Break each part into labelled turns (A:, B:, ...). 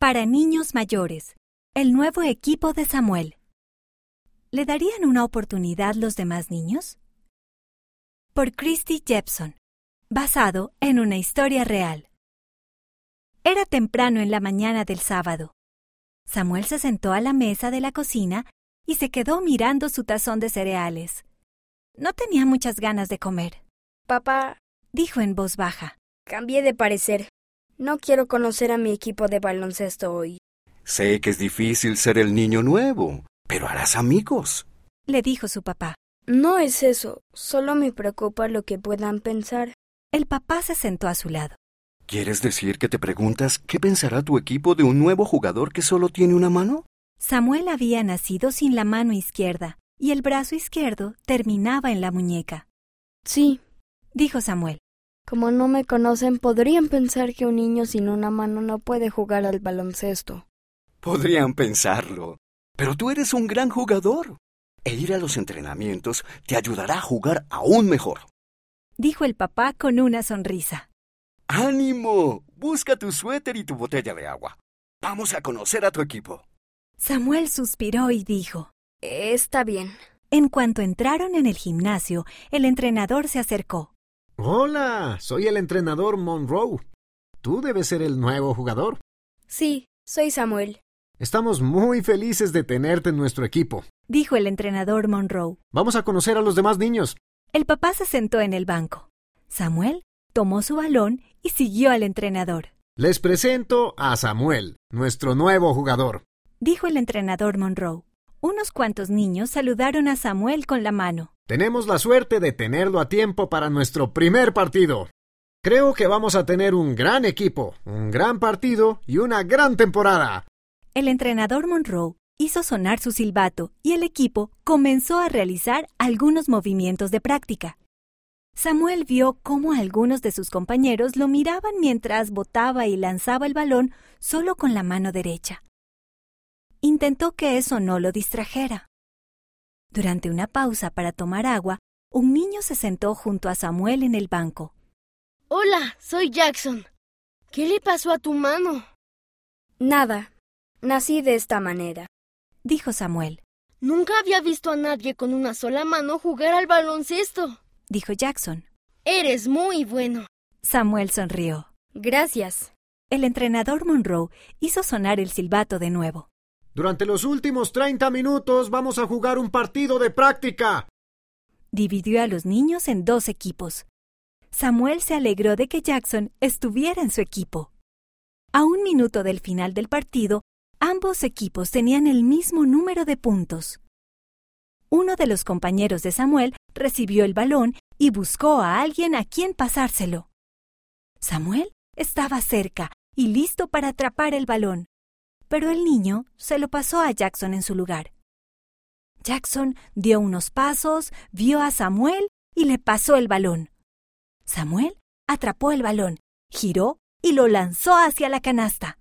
A: Para niños mayores, el nuevo equipo de Samuel. ¿Le darían una oportunidad los demás niños? Por Christy Jepson, basado en una historia real. Era temprano en la mañana del sábado. Samuel se sentó a la mesa de la cocina y se quedó mirando su tazón de cereales. No tenía muchas ganas de comer,
B: Papá,
A: dijo en voz baja.
B: cambié de parecer. No quiero conocer a mi equipo de baloncesto hoy.
C: Sé que es difícil ser el niño nuevo, pero harás amigos.
A: Le dijo su papá.
B: No es eso, solo me preocupa lo que puedan pensar.
A: El papá se sentó a su lado.
C: ¿Quieres decir que te preguntas qué pensará tu equipo de un nuevo jugador que solo tiene una mano?
A: Samuel había nacido sin la mano izquierda y el brazo izquierdo terminaba en la muñeca,
B: Sí,
A: dijo Samuel.
B: como no me conocen, podrían pensar que un niño sin una mano no puede jugar al baloncesto.
C: Podrían pensarlo. Pero tú eres un gran jugador. E ir a los entrenamientos te ayudará a jugar aún mejor.
A: Dijo el papá con una sonrisa.
C: ¡Ánimo! Busca tu suéter y tu botella de agua. Vamos a conocer a tu equipo.
A: Samuel suspiró y dijo.
B: Está bien.
A: En cuanto entraron en el gimnasio, el entrenador se acercó.
D: Hola, soy el entrenador Monroe. Tú debes ser el nuevo jugador.
B: Sí, soy Samuel.
D: Estamos muy felices de tenerte en nuestro equipo.
A: Dijo el entrenador Monroe.
D: Vamos a conocer a los demás niños.
A: El papá se sentó en el banco. Samuel tomó su balón y siguió al entrenador.
D: Les presento a Samuel, nuestro nuevo jugador.
A: Dijo el entrenador Monroe. Unos cuantos niños saludaron a Samuel con la mano.
D: Tenemos la suerte de tenerlo a tiempo para nuestro primer partido. Creo que vamos a tener un gran equipo, un gran partido y una gran temporada.
A: El entrenador Monroe hizo sonar su silbato y el equipo comenzó a realizar algunos movimientos de práctica. Samuel vio cómo algunos de sus compañeros lo miraban mientras botaba y lanzaba el balón solo con la mano derecha. Intentó que eso no lo distrajera. Durante una pausa para tomar agua, un niño se sentó junto a Samuel en el banco.
E: Hola, soy Jackson. ¿Qué le pasó a tu mano?
B: Nada. Nací de esta manera.
A: Dijo Samuel.
E: Nunca había visto a nadie con una sola mano jugar al baloncesto.
A: Dijo Jackson.
E: Eres muy bueno.
A: Samuel sonrió.
B: Gracias.
A: El entrenador Monroe hizo sonar el silbato de nuevo.
D: Durante los últimos 30 minutos vamos a jugar un partido de práctica.
A: Dividió a los niños en dos equipos. Samuel se alegró de que Jackson estuviera en su equipo. A un minuto del final del partido, ambos equipos tenían el mismo número de puntos. Uno de los compañeros de Samuel recibió el balón y buscó a alguien a quien pasárselo. Samuel estaba cerca y listo para atrapar el balón, pero el niño se lo pasó a Jackson en su lugar. Jackson dio unos pasos, vio a Samuel y le pasó el balón. Samuel atrapó el balón, giró y lo lanzó hacia la canasta.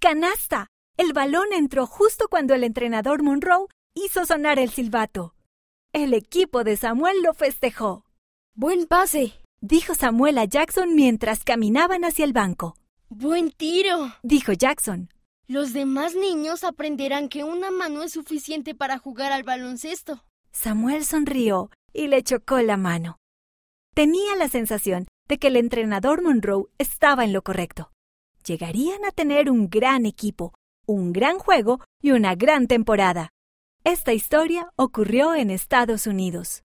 A: ¡Canasta! El balón entró justo cuando el entrenador Monroe hizo sonar el silbato. El equipo de Samuel lo festejó,
B: Buen pase.
A: dijo Samuel a Jackson mientras caminaban hacia el banco.
E: Buen tiro.
A: Dijo Jackson,
E: Los demás niños aprenderán que una mano es suficiente para jugar al baloncesto.
A: Samuel sonrió y le chocó la mano. Tenía la sensación de que el entrenador Monroe estaba en lo correcto. Llegarían a tener un gran equipo, un gran juego y una gran temporada. Esta historia ocurrió en Estados Unidos.